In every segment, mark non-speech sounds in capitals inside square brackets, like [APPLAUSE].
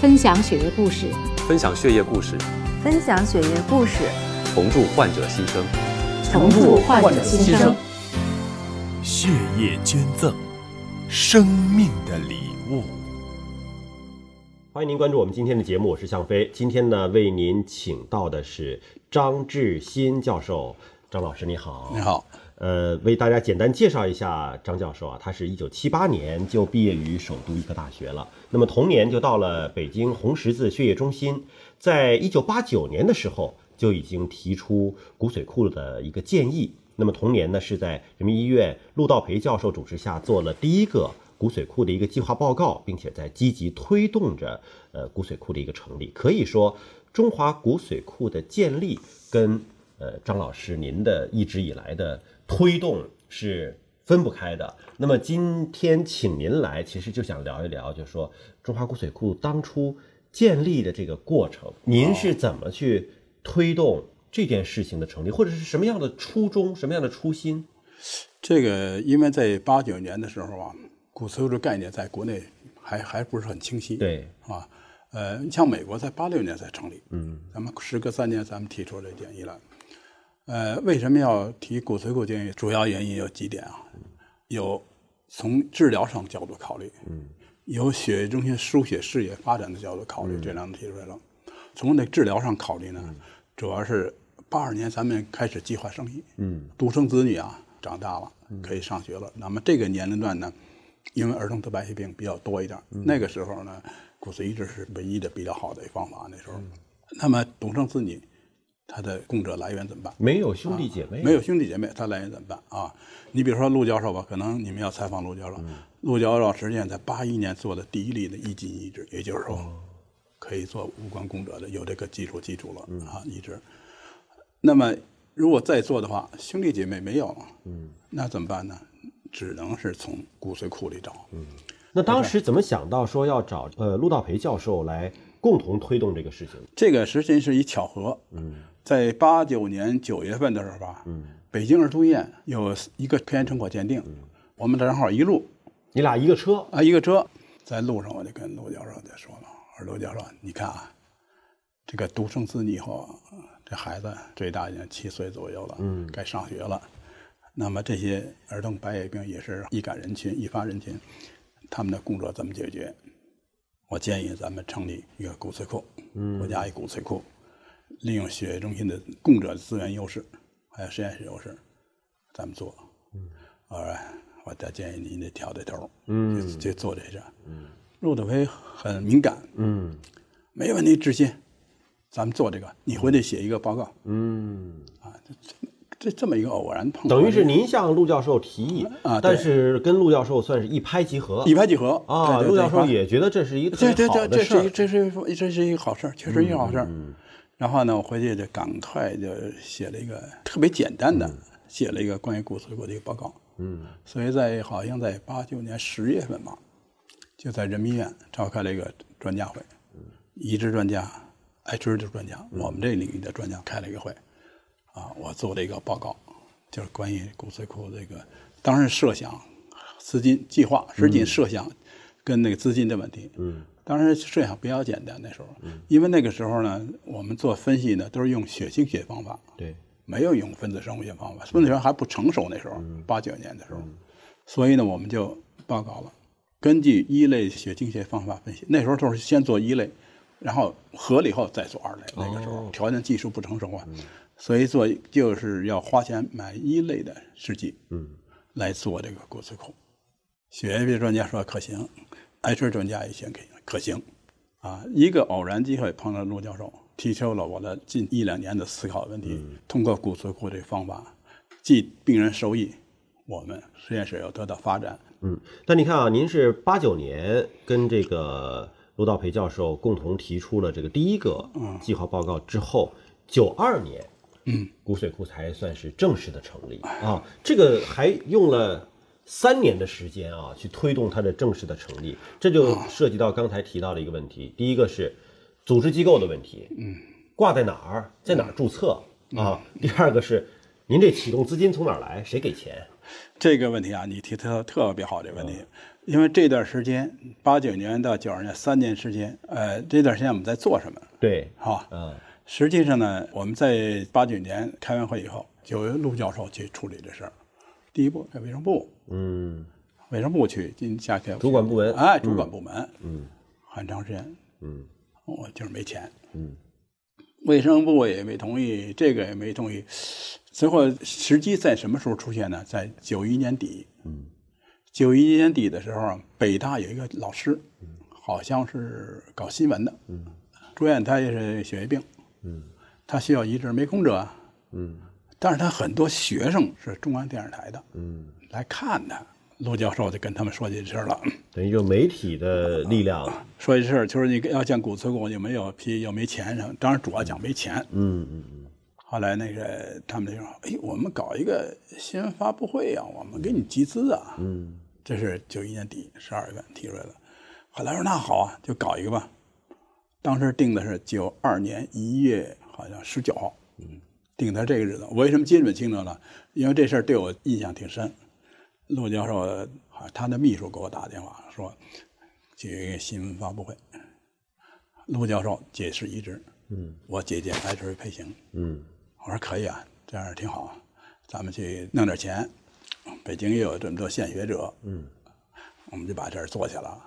分享血液故事，分享血液故事，分享血液故事，重铸患者新生。重铸患者新生。血液捐赠，生命的礼物。欢迎您关注我们今天的节目，我是向飞。今天呢，为您请到的是张志新教授，张老师你好。你好，呃，为大家简单介绍一下张教授啊，他是一九七八年就毕业于首都医科大学了，那么同年就到了北京红十字血液中心，在一九八九年的时候就已经提出骨髓库的一个建议。那么同年呢，是在人民医院陆道培教授主持下做了第一个骨髓库的一个计划报告，并且在积极推动着呃骨髓库的一个成立。可以说，中华骨髓库的建立跟呃，张老师您的一直以来的推动是分不开的。那么今天请您来，其实就想聊一聊，就是说中华骨髓库当初建立的这个过程，哦您是怎么去推动这件事情的成立，或者是什么样的初衷、什么样的初心？这个因为在八九年的时候啊，骨髓库的概念在国内还还不是很清晰，对啊，呃，你像美国在八六年才成立，嗯，咱们时隔三年，咱们提出这建议来，呃，为什么要提骨髓库建议？主要原因有几点啊，有从治疗上角度考虑，嗯，有血液中心输血事业发展的角度考虑，这两个提出来了。从那治疗上考虑呢，主要是八二年咱们开始计划生育，嗯，独生子女啊长大了可以上学了，那么这个年龄段呢，因为儿童得白血病比较多一点，那个时候呢，骨髓移植是唯一的比较好的方法。那时候，那么独生子女他的供者来源怎么办？没有兄弟姐妹，啊没有兄弟姐妹，他来源怎么办啊？你比如说陆教授吧，可能你们要采访陆教授，陆教授实际上在八一年做的第一例的一基因移植，也就是说可以做无关供者的，有这个技术基础了、啊，移植。那么如果再做的话，兄弟姐妹没有了，嗯，那怎么办呢？只能是从骨髓库里找，嗯，那当时怎么想到说要找呃陆道培教授来共同推动这个事情？这个实际是一巧合。嗯，在八九年九月份的时候吧，嗯，北京儿童医院有一个科研成果鉴定，我们正好一路你俩一个车，啊一个车，在路上我就跟陆教授就说了，我说陆教授，你看啊，这个独生子女以后啊，这孩子最大已经七岁左右了，嗯，该上学了。那么这些儿童白血病也是易感人群、易发人群，他们的工作怎么解决？我建议咱们成立一个骨髓库，国家一骨髓库，利用血液中心的供者资源优势，还有实验室优势，咱们做。呃，我再建议您得挑着头，嗯，去去做这事。嗯，陆德培很敏感，嗯，没问题，志新，咱们做这个，你回去写一个报告。嗯，啊，这这这么一个偶然碰，等于是您向陆教授提议啊对但是跟陆教授算是一拍即合。一拍即合啊，对对陆教对授也觉得这是一个特这别这好这的这事是一儿。嗯这是一这是一个好事儿，确实一个好事儿。然后呢，我回去就赶快就写了一个特别简单嗯的，写了一个关于骨髓库的一个报告。嗯，所以在好像在八九年十月份吧，就在人民医院召开了一个专家会，嗯移植专家、HR 的专家，我们这领域的专家开了一个会。啊，我做了一个报告，就是关于骨髓库这个，当然设想、资金计划、实嗯际设想跟那个资金的问题。嗯，当然设想比较简单那时候，因为那个时候呢，我们做分析呢都是用血清学方法，对，没有用分子生物学方法，分子生物学还不成熟那时候，八九年的时候，所以呢，我们就报告了，根据一类血清学方法分析，那时候都是先做一类，然后合了以后再做二类，那个时候条件技术不成熟啊，所以做就是要花钱买一类的试剂，嗯，来做这个骨髓库。血液病专家说可行，HR 专家也显可可行，啊，一个偶然机会碰到陆教授，提出了我的近一两年的思考问题，通过骨髓库这方法，既病人受益，我们实验室又得到发展，嗯，但你看啊，您是八九年跟这个陆道培教授共同提出了这个第一个计划报告之后，九二、年，嗯，骨髓库才算是正式的成立啊。这个还用了三年的时间啊，去推动它的正式的成立，这就涉及到刚才提到的一个问题，第一个是组织机构的问题，嗯，挂在哪儿，在哪儿注册啊？第二个是您这启动资金从哪儿来，谁给钱？这个问题啊，你提特特别好这个问题。因为这段时间，八九年到九二年三年时间，呃，这段时间我们在做什么？对，哈，嗯实际上呢，我们在八九年开完会以后，就由陆教授去处理这事儿。第一步在卫生部，嗯，卫生部去今下去主管部门哎，主管部门，嗯，很长时间，嗯，我就是没钱，嗯，卫生部也没同意，这个也没同意，最后时机在什么时候出现呢？在九一年底，嗯，九一年底的时候，啊北大有一个老师，好像是搞新闻的，嗯，住院他也是血液病，嗯，他需要移植湄公者，嗯，但是他很多学生是中央电视台的，嗯，来看他。陆教授就跟他们说起这事儿了，等于就媒体的力量，说起事儿，就是你要建骨髓库，你没有批，又没钱什么，当然主要讲没钱。嗯嗯后来那个他们就说：“哎，我们搞一个新闻发布会啊，我们给你集资啊。”嗯，这是九一年底十二月份提出来的。后来说那好啊，就搞一个吧。当时定的是九二年一月，好像十九号，嗯，定在这个日子。我为什么记这么清楚呢？因为这事儿对我印象挺深。陆教授好像他的秘书给我打电话说，举一个新闻发布会。陆教授解释移植，嗯，我姐姐排斥配型，嗯我说可以啊，这样挺好，咱们去弄点钱。北京也有这么多献血者，嗯，我们就把这儿做起来了。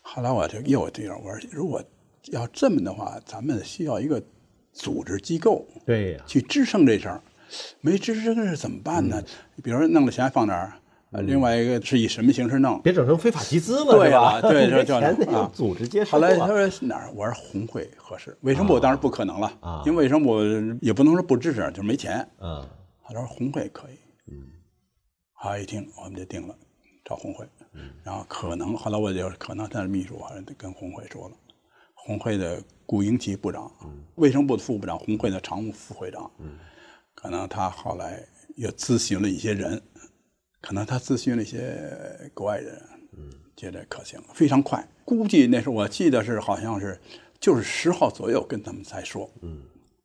后来我就又这样，我说如果要这么的话，咱们需要一个组织机构嗯，对呀，去支撑这事儿，没支撑是怎么办呢？比如说弄了钱放哪儿，呃另外一个是以什么形式弄？别整成非法集资了，对是吧？啊 [LAUGHS] 对这就就钱得啊有组织接受后来他啊。说哪儿？我说红会合适，卫生部当然不可能了，啊因为卫生部也不能说不支持，就是没钱。嗯，他说红会可以，嗯，好一听我们就定了，找红会，然后可能后来我就可能他的秘书还是跟红会说了，红会的顾英奇部长，卫生部的副部长，红会的常务副会长，可能他后来又咨询了一些人，可能他咨询了一些国外人，觉得可行，非常快，估计那时候我记得是好像是就是十号左右跟他们才说，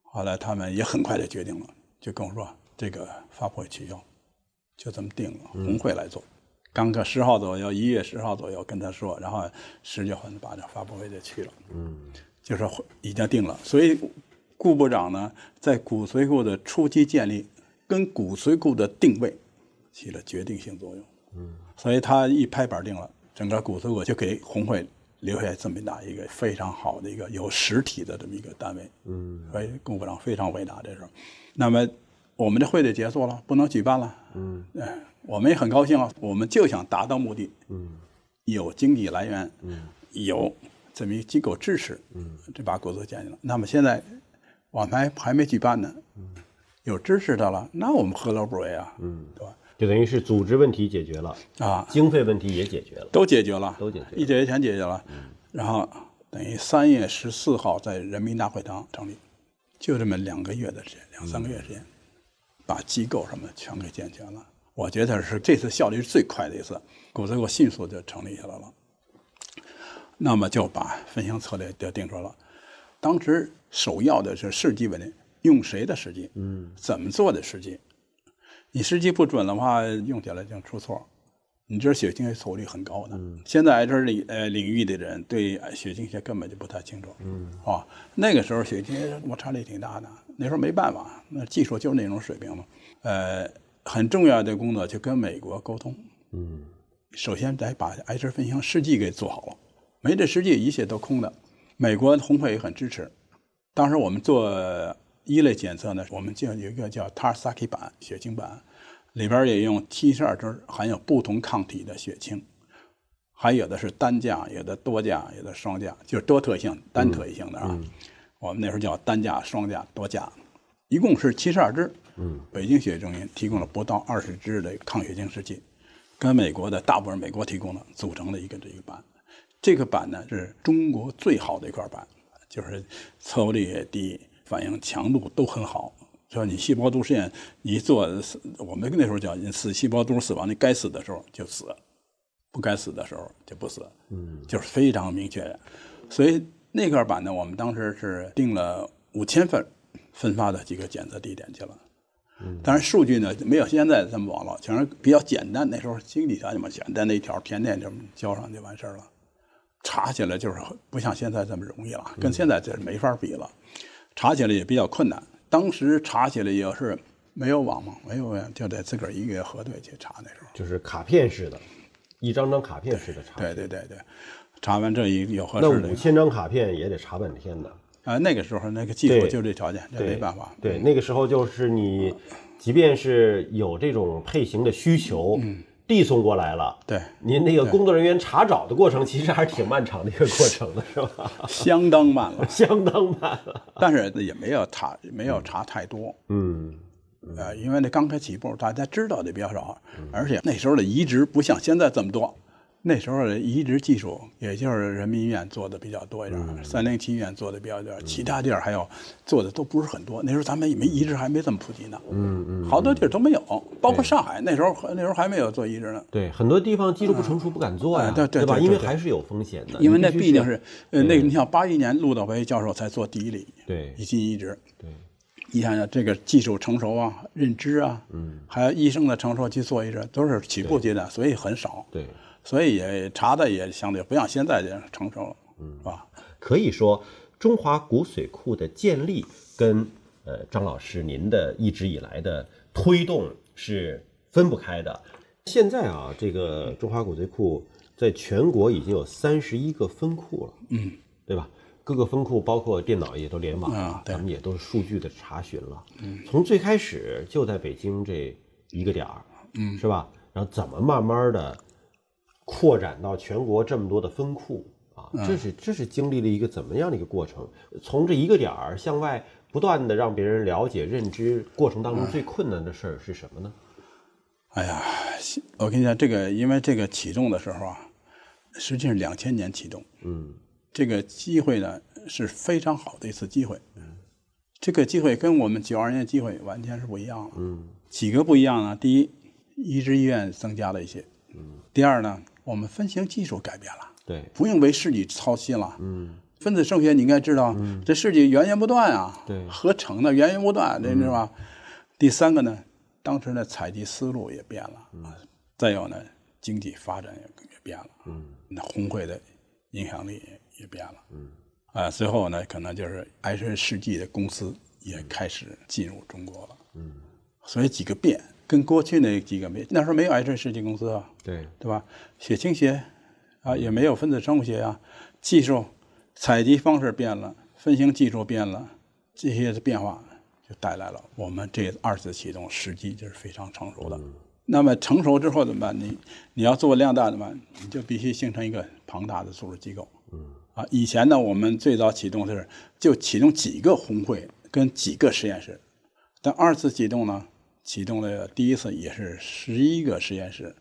后来他们也很快就决定了，就跟我说这个发布会取消，就这么定了，红会来做。刚个十号左右，一月十号左右跟他说，然后十月份把这发布会就去了。嗯，就说会已经定了，所以顾部长呢，在骨髓库的初期建立跟骨髓库的定位起了决定性作用。嗯，所以他一拍板定了，整个骨髓库就给红会留下这么大一个非常好的一个有实体的这么一个单位。嗯，所以顾部长非常伟大这事儿。那么我们这会得结束了，不能举办了。嗯，哎，我们也很高兴啊，我们就想达到目的。嗯，有经济来源，嗯，有这么一个机构支持，嗯，这把骨髓建立了。那么现在我们还还没举办呢，嗯，有支持的了，那我们何乐不为啊？嗯，对吧？就等于是组织问题解决了，啊，经费问题也解决了。都解决了，都解决了嗯一解决全解决了。然后等于三月十四号在人民大会堂成立，就这么两个月的时间，两三个月时间，嗯把机构什么的全给健全了。我觉得是这次效率是最快的一次，骨髓库迅速就成立下来了。那么就把分型策略就定出来了。当时首要的是试剂问题，用谁的试剂，嗯，怎么做的试剂。你试剂不准的话，用起来就出错。你知道血清学错误率很高的，现在这领呃领域的人对呃血清学根本就不太清楚，嗯，啊，那个时候血清学摩擦力挺大的，那时候没办法，那技术就是那种水平嘛，呃，很重要的工作就跟美国沟通，嗯，首先得把癌症分型试剂给做好了，没这实际一切都空的。美国红会也很支持。当时我们做一类检测呢，我们就有一个叫 Tarsaki 板血清板，里边也用七十二支含有不同抗体的血清，还有的是单价，有的多价，有的双价，就是多特异性、单特异性的啊。我们那时候叫单价、双价、多价，一共是七十二支。嗯，北京血液中心提供了不到二十支的抗血清试剂，跟美国的大部分美国提供的组成了一个这个板。这个板呢是中国最好的一块板，就是测误率也低，反应强度都很好。说你细胞毒实验，你一做死我们那时候叫死细胞毒死亡，你该死的时候就死，不该死的时候就不死，嗯，就是非常明确。所以那块板呢，我们当时是定了五千份，分发到几个检测地点去了。当然数据呢没有现在这么网络，全是比较简单。那时候经济条件嘛，简单的一条填那就交上就完事儿了。查起来就是不像现在这么容易了，嗯跟现在这是没法比了。查起来也比较困难，当时查起来也是没有网嘛，没有呀就得自个儿一个一个核对去查。那时候，就是卡片式的，一张张卡片式的查。对对对对，查完这一有合那适的五，千张卡片也得查半天呢。啊、那个时候那个技术对就这条件，这对没办法。嗯对，那个时候就是你，即便是有这种配型的需求，递送过来了，嗯对 [LAUGHS] 您那个工作人员查找的过程，其实还是挺漫长的一个过程的，是吧？，相当慢了相当慢了。但是也没有查，没有查太多，嗯，呃，因为那刚开起步，大家知道的比较少，而且那时候的移植不像现在这么多，那时候的移植技术也就是人民医院做的比较多一点，三零七医院做的比较多，其他地儿还有做的都不是很多。那时候咱们也没移植，还没这么普及呢，嗯嗯，好多地儿都没有，包括上海那时候那时候还没有做移植呢。对，很多地方技术不成熟，不敢做呀，嗯哎对对吧？对对因为对还是有风险的，因为那你毕竟嗯是是，呃，那个你像八一年陆道培教授才做第一例，对一进移植，对，你想想这个技术成熟啊，认知啊，嗯，还有医生的成熟去做移植，都是起步阶段，所以很少，对。所以也查的也相对不像现在这样成熟了，嗯，是吧？可以说，中华骨髓库的建立跟呃张老师您的一直以来的推动是分不开的。现在啊，这个中华骨髓库在全国已经有三十一个分库了，嗯，对吧？各个分库包括电脑也都联网了，啊对咱们也都是数据的查询了。嗯，从最开始就在北京这一个点儿，嗯，是吧？然后怎么慢慢的扩展到全国这么多的分库啊，嗯这是这是经历了一个怎么样的一个过程？从这一个点儿向外不断的让别人了解认知过程当嗯中最困难的事儿是什么呢？哎呀，西我跟你讲，这个因为这个启动的时候啊，实际上两千年启动，嗯，这个机会呢是非常好的一次机会，嗯，这个机会跟我们九二年机会完全是不一样了，嗯，几个不一样呢？第一，移植医院增加了一些，嗯，第二呢，我们分型技术改变了，对不用为试剂操心了，嗯。分子生学你应该知道，这试剂源源不断啊，对合成的源源不断，这知道吧？第三个呢，当时的采集思路也变了，啊，再有呢，经济发展也也变了，嗯，那红会的影响力也也变了，嗯，啊，最后呢，可能就是爱顺世纪的公司也开始进入中国了，嗯，所以几个变跟过去那几个没，那时候没有爱顺世纪公司啊，对对吧？血清学啊，也没有分子生物学啊，技术采集方式变了，分型技术变了，这些的变化就带来了我们这二次启动时机就是非常成熟的。那么成熟之后怎么办？你你要做量大的嘛，你就必须形成一个庞大的组织机构。嗯啊，以前呢，我们最早启动就是就启动几个红会跟几个实验室，但二次启动呢，启动了第一次也是十一个实验室，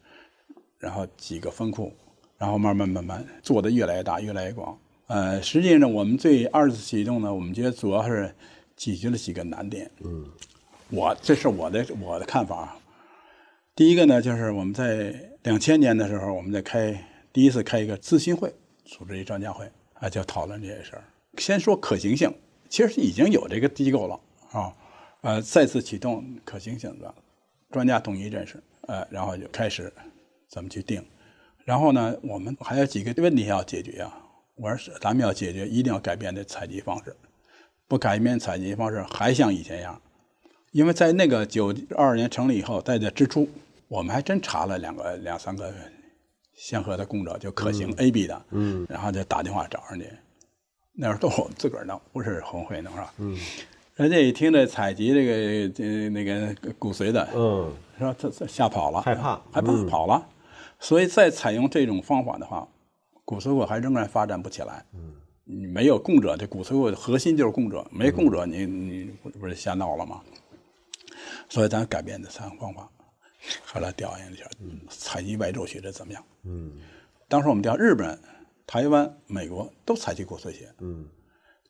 然后几个分库，然后慢慢慢慢做的越来越大，越来越广。呃，实际上我们最二次启动呢，我们觉得主要是解决了几个难点。嗯，我这是我的我的看法啊。第一个呢，就是我们在两千年的时候，我们在开第一次开一个咨询会，组织一专家会啊，就讨论这些事儿。先说可行性，其实已经有这个机构了啊，呃，再次启动可行性的专家统一认识，呃，然后就开始怎么去定。然后呢，我们还有几个问题要解决啊。我说是，咱们要解决，一定要改变这采集方式，不改变采集方式还像以前一样，因为在那个九二年成立以后，在这之初，我们还真查了两个两三个相合的供者，就可行 A、B 的，嗯，然后就打电话找人家，那时候都是我们自个儿弄，不是红会弄是吧？嗯，人家一听这采集这个呃那个骨髓的，嗯，说他他吓跑了，害怕害怕跑了，所以再采用这种方法的话，骨髓库还仍然发展不起来。嗯，你没有供者，这骨髓库的核心就是供者，没供嗯者你你不不是瞎闹了吗？所以咱改变这三个方法，后来调研了一下，嗯采集外周血的怎么样？嗯，当时我们调日本、台湾、美国都采集骨髓血，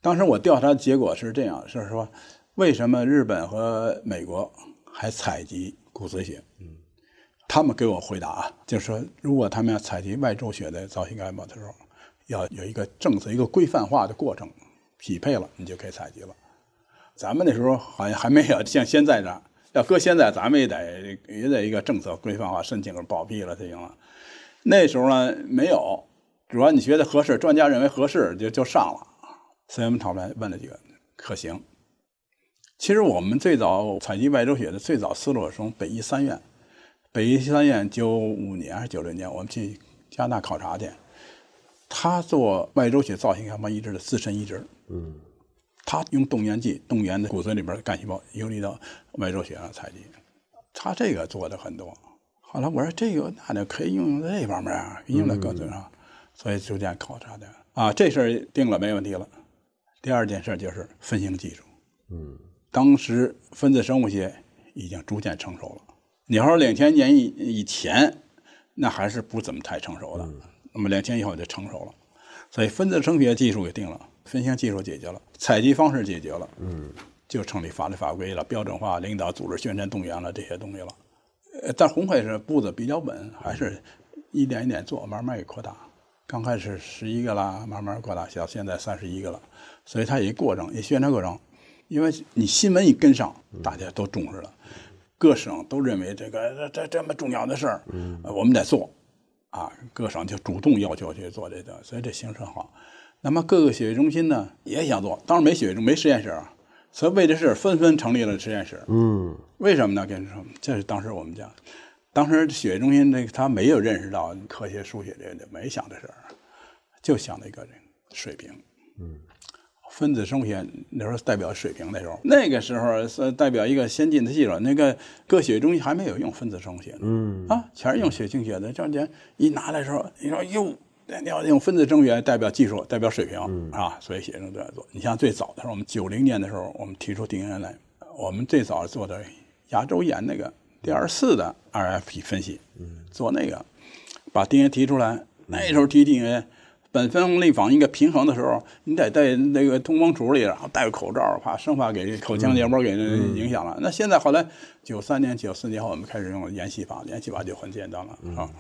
当时我调查结果是这样，是说为什么日本和美国还采集骨髓血？嗯，他们给我回答啊，就是说如果他们要采集外周血的造型干胞的时候，要有一个政策、一个规范化的过程，匹配了你就可以采集了。咱们那时候好像还没有像现在这样，要搁现在，咱们也得也得一个政策规范化，申请个保庇了才行了。那时候呢，没有，主要你觉得合适，专家认为合适就就上了。所以我们讨论问了几个，可行。其实我们最早采集外周血的最早思路是从北医三院，北医三院九五年还是九六年，我们去加拿大考察去，他做外周血造型干嘛移植的自身移植，嗯他用动员剂动员的骨髓里边的干细胞游离到外周血上采集，他这个做的很多。后来我说这个那就可以应用在这方面啊，应用在各种上，所以逐渐考察的啊，这事儿定了没问题了。第二件事就是分型技术，嗯当时分子生物学已经逐渐成熟了。你要说两千年以以前，那还是不怎么太成熟的。嗯那么两千以后就成熟了，所以分子生学技术也定了，分型技术解决了，采集方式解决了，嗯，就成立法律法规了，标准化领导、组织、宣传、动员了这些东西了。呃，但红会是步子比较稳，还是一点一点做，慢慢也扩大。刚开始十一个啦，慢慢扩大到现在三十一个了，所以它有一过程，一宣传过程。因为你新闻一跟上，大家都重视了，各省都认为这个这这么重要的事儿，呃我们得做，啊，各省就主动要求去做这个，所以这形势好。那么各个血液中心呢也想做，当然没血液中没实验室啊，所以为这事儿纷纷成立了实验室。嗯为什么呢？跟你说，这是当时我们讲，当时血液中心那个他没有认识到科学输血这个，没想这事儿，就想那个水平。嗯，分子生物学那时候代表水平，那时候那个时候是代表一个先进的技术。那个各血液中心还没有用分子生物学呢，嗯啊，全是用血清学的。这人一拿来的时候，你说哟，你要用分子生物学代表技术，代表水平、啊，所以学生都在做。你像最早的时候，我们九零年的时候，我们提出定义来，我们最早做的牙周炎那个第二四的 RFP 分析，做那个把 DNA 提出来。那时候提 DNA，苯酚类仿一个平衡的时候，你得在那个通风处里，然后戴个口罩，怕生怕给口腔结膜给影响了。那现在后来九三年、九四年后，我们开始用延禧法，延禧法就很简单了啊。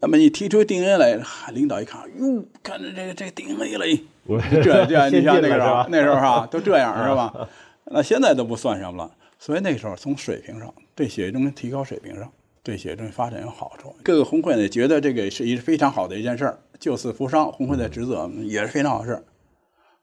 那么你提出 DNA 来，领导一看，哟，看着这个这个 DNA 了，我这这你先进像了那个是时候吧？那时候啊，都这样是 [LAUGHS] 吧？那现在都不算什么了。所以那时候从水平上，对血液中心提高水平上，对血液中心发展有好处。各个红会呢觉得这个是一非常好的一件事儿，救死扶伤，红会的职责也是非常好事儿。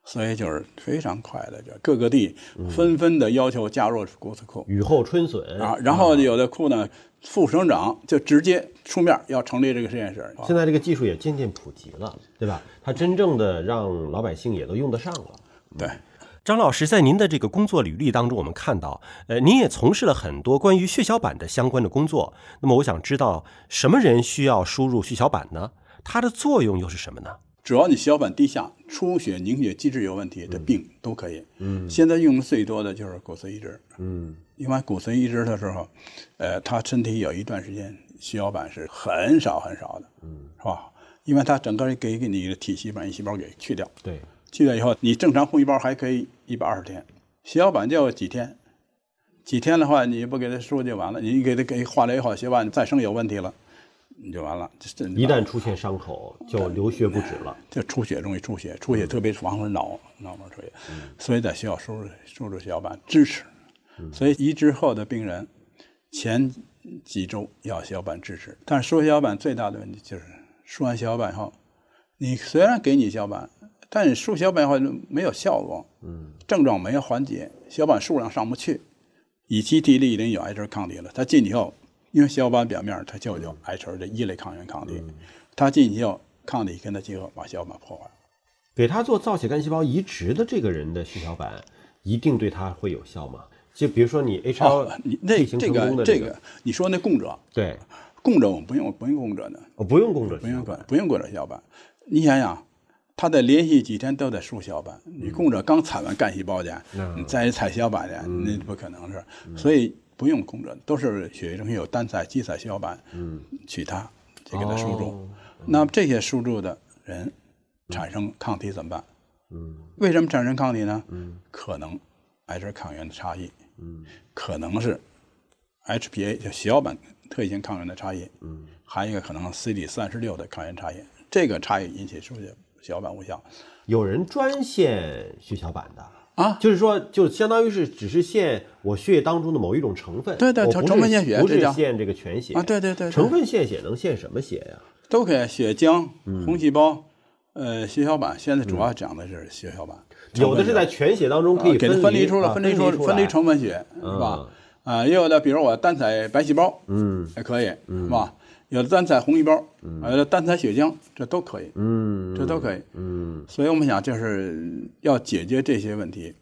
所以就是非常快的，就各个地纷纷的要求加入骨髓库。雨后春笋啊，然后有的库呢，副省长就直接出面要成立这个实验室。现在这个技术也渐渐普及了，对吧？它真正的让老百姓也都用得上了。对，张老师在您的这个工作履历当中，我们看到，呃，您也从事了很多关于血小板的相关的工作。那么，我想知道什么人需要输入血小板呢？它的作用又是什么呢？只要你血小板低下、出血凝血机制有问题的病都可以。嗯，现在用的最多的就是骨髓移植。嗯因为骨髓移植的时候，呃，他身体有一段时间血小板是很少很少的，嗯，是吧？因为它整个给给你的体细胞、一细胞给去掉，对，去掉以后，你正常红细胞还可以一百二十天，血小板就要几天，几天的话你不给它输就完了，你给它给化疗以后，血小板再生有问题了，你就完了。这一旦出现伤口就流血不止了。这出血容易出血，出血特别是往脑脑门出血，所以得需要输入输入血小板支持。所以移植后的病人前几周要血小板支持，但是输血小板最大的问题就是输完血小板以后，你虽然给你血小板，但你输血小板以后没有效果，嗯症状没有缓解，血小板数量上不去，乙烯替力已经有癌症抗体了，它进去后，因为血小板表面它就有癌症的一类抗原抗体，它进去后抗体跟它结合，把血小板破坏。给他做造血干细胞移植的这个人的血小板，一定对他会有效吗？就比如说你 H 哦 L，、，你那行这成功个的这这个个，你说那供者，对，供者我们不用不用供者的，我不用供者不血小用供板，不用供者血小板，你想想。他得连续几天都得输血小板，你供者刚采完干细胞去，嗯你再采血小板去，那不可能是，所以不用供者，都是血液中心有单采、基采血小板，嗯，取它，就给它输入。哦那么这些输入的人产生抗体怎么办？嗯为什么产生抗体呢？嗯可能癌症抗原的差异，嗯可能是 HPA 就血小板特异性抗原的差异，嗯还有一个可能 CD 三十六的抗原差异。这个差异引起出血血小板无效，有人专献血小板的，啊就是说，就相当于是只是限我血液当中的某一种成分，对对我不是成分献血不这是叫限这个全血啊对对对对成分献血能献什么血呀？都可以，血浆、嗯红细胞、呃血小板，现在主要讲的是血小嗯板，有的是在全血当中可以啊给它分离出来，来，啊分离出出分来离成分血是吧？啊，也有的，比如我单采白细胞，嗯也可以，是吧？有的单采红细胞，还有的单采血浆，这都可以，嗯这都可以。嗯所以我们想，就是要解决这些问题，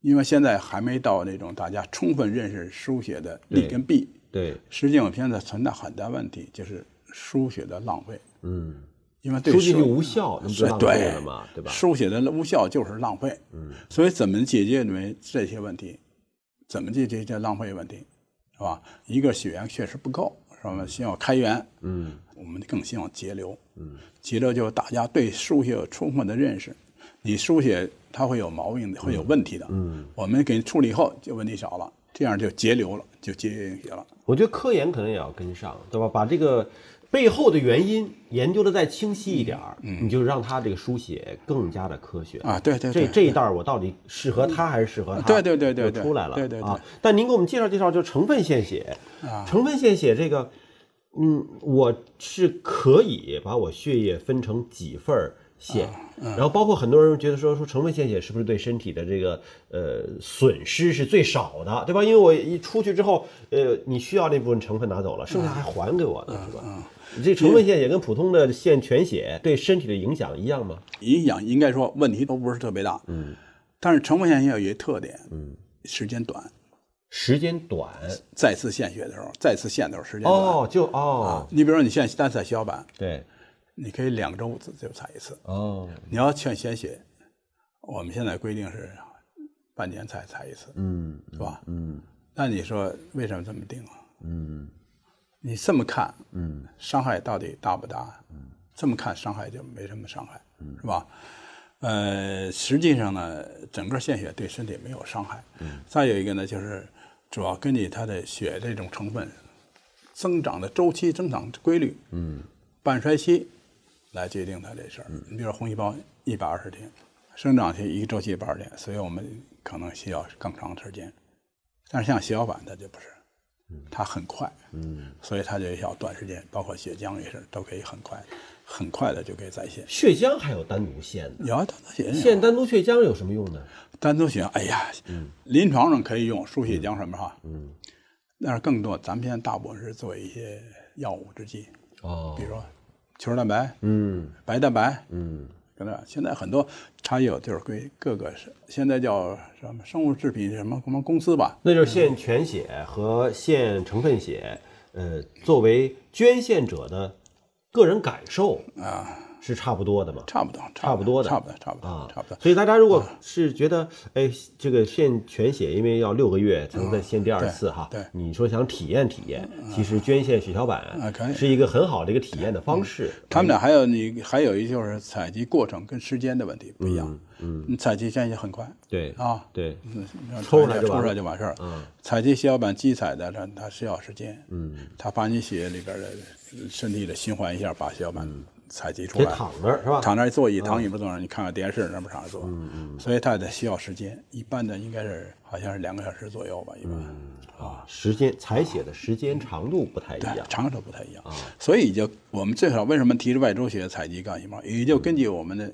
因为现在还没到那种大家充分认识输血的利对跟弊。对实际上，现在存在很大问题，就是输血的浪费，嗯，因为对输进去血无效，那不就是浪费了吗？对吧？输血的无效就是浪费。嗯，所以怎么解决你们这些问题？怎么解决这浪费问题？是吧？一个血源确实不够，是吧？希望开源，嗯我们更希望节流。嗯，节流就是大家对输血有充分的认识。你输血它会有毛病的，会有问题的。嗯，我们给你处理后，就问题少了，这样就节流了，就节约血了。我觉得科研可能也要跟上，对吧？把这个背后的原因研究的再清晰一点儿，你就让它这个书写更加的科学嗯啊对对这对这一袋儿我到底适合它还是适合它？对对对对就对出来了，对对对啊。但您给我们介绍介绍，就成分献血，成分献血这个，嗯，我是可以把我血液分成几份儿。献，然后包括很多人觉得说说成分献血是不是对身体的这个呃损失是最少的，对吧？因为我一出去之后，呃，你需要那部分成分拿走了，剩下还还给我呢，是吧？你这成分献血跟普通的献全血对身体的影响一样吗？影响应该说问题都不是特别大。嗯，但是成分献血有一特点，嗯，时间短。时间短再次献血的时候，再次献的时候时间短。啊哦，就哦，你比如说你献单采血小板，对你可以两周就采一次。哦，你要劝献血，我们现在规定是半年才采一次，嗯是吧？嗯那你说为什么这么定啊？嗯你这么看，嗯伤害到底大不大？这么看伤害就没什么伤害，嗯是吧？呃，实际上呢，整个献血对身体没有伤害。嗯再有一个呢，就是主要根据它的血这种成分增长的周期、增长规律、嗯半衰期来决定它这事儿。你比如说红细胞一百二十天，生长期一个周期一百二十天，所以我们可能需要更长时间。但是像血小板它就不是，它很快，嗯，所以它就要短时间，包括血浆也是都可以很快，很快的就可以再现。血浆还有单独献的，你要单独血献单独血浆有什么用呢？单独血，哎呀，临床上可以用输血浆什么哈，嗯但是更多咱们现在大部分是做一些药物制剂，哦比如说球蛋白、嗯白蛋白，嗯跟那现在很多茶叶就是归各个是现在叫什么生物制品什么什么公司吧，那就是献全血和献成分血，呃，作为捐献者的个人感受啊是差不多的嘛？差不多，差不多的差不多，差不啊多，，差不多。所以大家如果是觉得，哎，这个献全血，因为要六个月才能再献第二次哈。对对嗯你说想体验体验，其实捐献血小啊嗯板可以是一个很好的一个体验的方式。他们俩还有你还有一就是采集过程跟时间的问题不一样，嗯，你采集现在很快，对啊对，嗯，让抽出来就抽完出了来就完事儿，嗯，采集血小板基采的，它它需要时间，嗯，它把你血里边的身体的循环一下，把血小板采集出得来，躺那儿是吧？躺那儿坐椅，啊躺椅不坐那儿，你看看电视，那么躺着坐，嗯嗯，所以它得需要时间，一般的应该是好像是两个小时左右吧，一般，啊，时间采血的时间长度不太一对样，。啊常常不太一样，所以就我们最少为什么提出外周血采集干细胞，也就根据我们的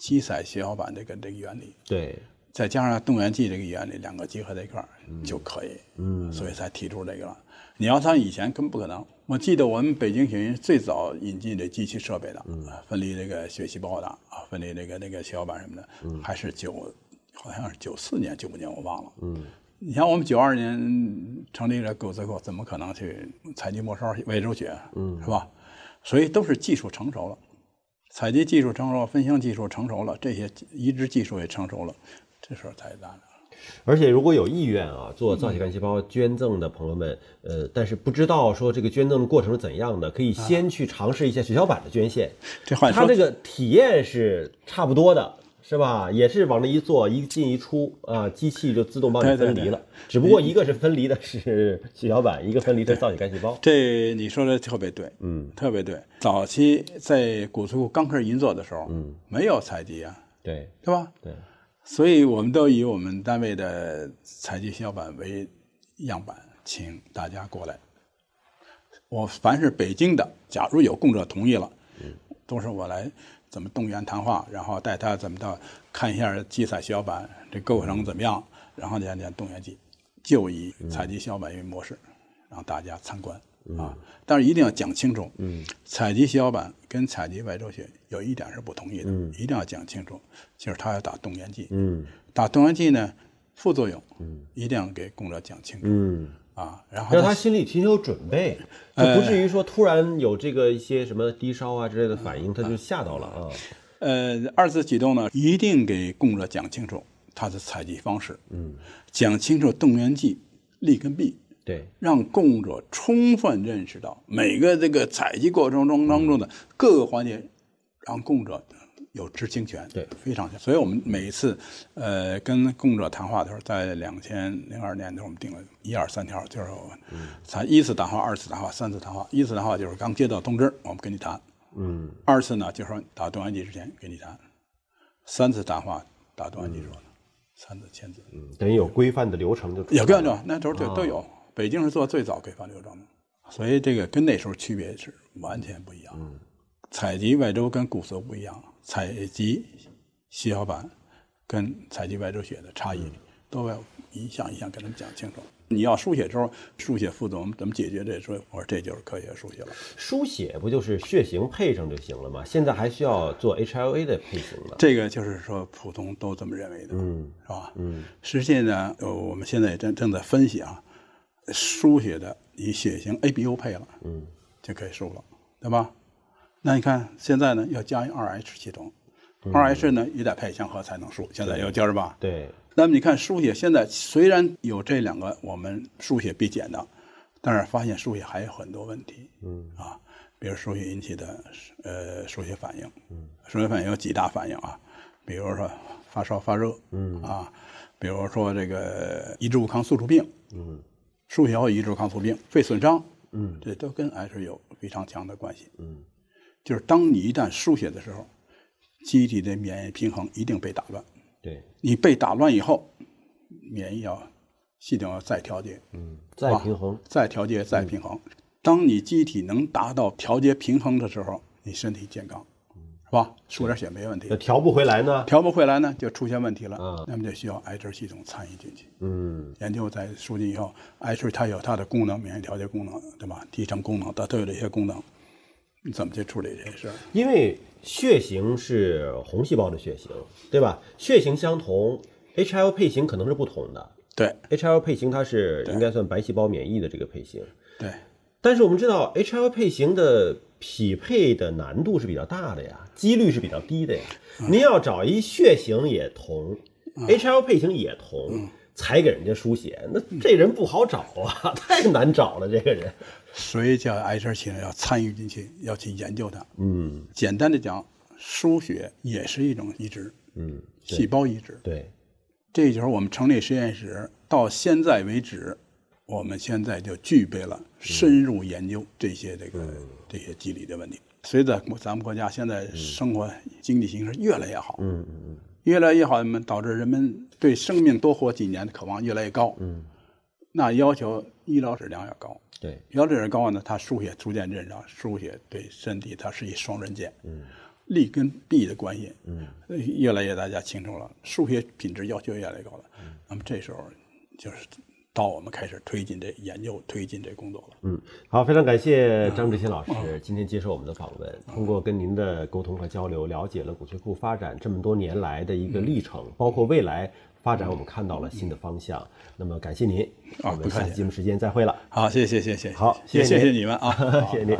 基采血小板这个这个原理，对，再加上动员剂这个原理，两个结合在一块儿就可以，嗯，所以才提出这个了。你要他以前根本不可能。我记得我们北京血运最早引进这机器设备的，啊分离这个血细胞的啊，分离这个那个血小板什么的，还是九，好像是九四年、九五年我忘了，嗯。你像我们九二年成立了狗子狗，怎么可能去采集末梢胃周血，嗯，是吧？所以都是技术成熟了。采集技术成熟了，分享技术成熟了，这些移植技术也成熟了，这时候才难了。而且如果有意愿啊，做造血干细胞捐赠的朋友们，呃，但是不知道说这个捐赠的过程是怎样的，可以先去尝试一下血小板的捐献，这话它哎说，这个体验是差不多的。是吧？也是往那一坐，一进一出啊，机器就自动帮你对对分离对了。只不过一个是分离的是血小板，一个分离的是造血干细胞。这你说的特别对，嗯，特别对。早期在骨髓库刚开始运作的时候，嗯，没有采集啊，对对吧？对，所以我们都以我们单位的采集小板为样板，请大家过来。我凡是北京的，假如有供者同意了，嗯都是我来怎么动员谈话，然后带他怎么到看一下集采小板这构成怎么样，然后讲讲动员计，就以嗯采集小板为模式，让大家参观啊。但是一定要讲清楚，嗯，采集小板跟采集外周血有一点是不同意的，一定要讲清楚，就是他要打动员剂，嗯打动员剂呢副作用，一定要给供者讲清楚、嗯，啊。然后让他心里提前有准备，就哎不至于说突然有这个一些什么低烧啊之类的反哎应，他就吓到了啊。呃，二次启动呢，一定给供者讲清楚它的采集方式，嗯，讲清楚动员剂利跟弊，对，让供者充分认识到每个这个采集过程中当中的各个环节，让供者有知情权，对，非常强。所以我们每一次，呃，跟供者谈话的时候，在两千零二年的时候，我们定了一二三条，就是我们才一次谈话、二次谈话、三次谈话。一次谈话就是刚接到通知，我们跟你谈，嗯二次呢，就是说打动员剂之前给你谈；三次打话打动员剂之后呢，三次签字。嗯，等于有规范的流程就可以有了啊规范流程，那时候对都有。北京是做最早规范流程的，所以这个跟那时候区别是完全不一样。嗯采集外周跟骨髓不一样，采集血小板跟采集外周血的差异、嗯都要一项一项跟他们讲清楚。你要输血之后，输血副作用怎么解决这？说我说这就是科学输血了。输血不就是血型配上就行了吗？现在还需要做 HLA 的配型吗？这个就是说普通都这么认为的，嗯，是吧？嗯，实际呢，呃我们现在正正在分析啊，输血的以血型 ABO 配了，嗯，就可以输了，对吧？那你看现在呢，要加一 2H 系统，2H 呢也得配相合才能输，现在要加是吧？对，那么你看输血现在虽然有这两个我们输血必检的，但是发现输血还有很多问题。嗯啊，比如输血引起的呃输血反应，嗯，输血反应有几大反应啊，比如说发烧发热，嗯啊，比如说这个胰植物抗宿主病，嗯，输血后胰植物抗宿病、肺损伤，嗯，这都跟 H 有非常强的关系。嗯，就是当你一旦输血的时候，机体的免疫平衡一定被打乱。对，你被打乱以后，免疫要系统要再调节，嗯，再平衡，再调节，再平衡。当你机体能达到调节平衡的时候，你身体健康，是吧？输点血没问题要。调不回来呢？调不回来呢，就出现问题了。啊那么就需要 H 系统参与进去。嗯研究在输进以后，H 它有它的功能，免疫调节功能，对吧？提升功能，它都有这些功能，你怎么去处理这些事儿？因为血型是红细胞的血型，对吧？血型相同，HL 配型可能是不同的。对 HL 配型它是应该算白细胞免疫的这个配型，对，但是我们知道 HL 配型的匹配的难度是比较大的呀，几率是比较低的呀。您要找一血型也同、h l 配型也同。才给人家输血，那这人不好找啊， [LAUGHS] 太难找了。这个人，所以叫 H 系统要参与进去，要去研究它。嗯简单的讲，输血也是一种移植，嗯，细胞移植。对，这就是我们成立实验室到现在为止，我们现在就具备嗯了深入研究这些这个、这些机理的问题。随着咱们国家现在生活经济形势越来越好，嗯嗯嗯，越来越好，那么导致人们对生命多活几年的渴望越来越高。嗯，那要求医疗质量要高。对，要这人高呢，啊他输血逐渐认识到输血对身体它是一双刃剑，嗯，利跟弊的关系，嗯，越来越大家清楚了，输血品质要求越来越高了。嗯那么这时候就是到我们开始推进这研究、推进这工作了。嗯，好，非常感谢张志新老师今天接受我们的访问。通过跟您的沟通和交流，了解了骨髓库发展这么多年来的一个历程，嗯包括未来发展，我们看到了新的方向。那么感谢您，啊我不们客下气期节目时间再会了。好，谢谢谢谢，好也谢谢谢您 [LAUGHS] 谢你们啊，好谢谢您。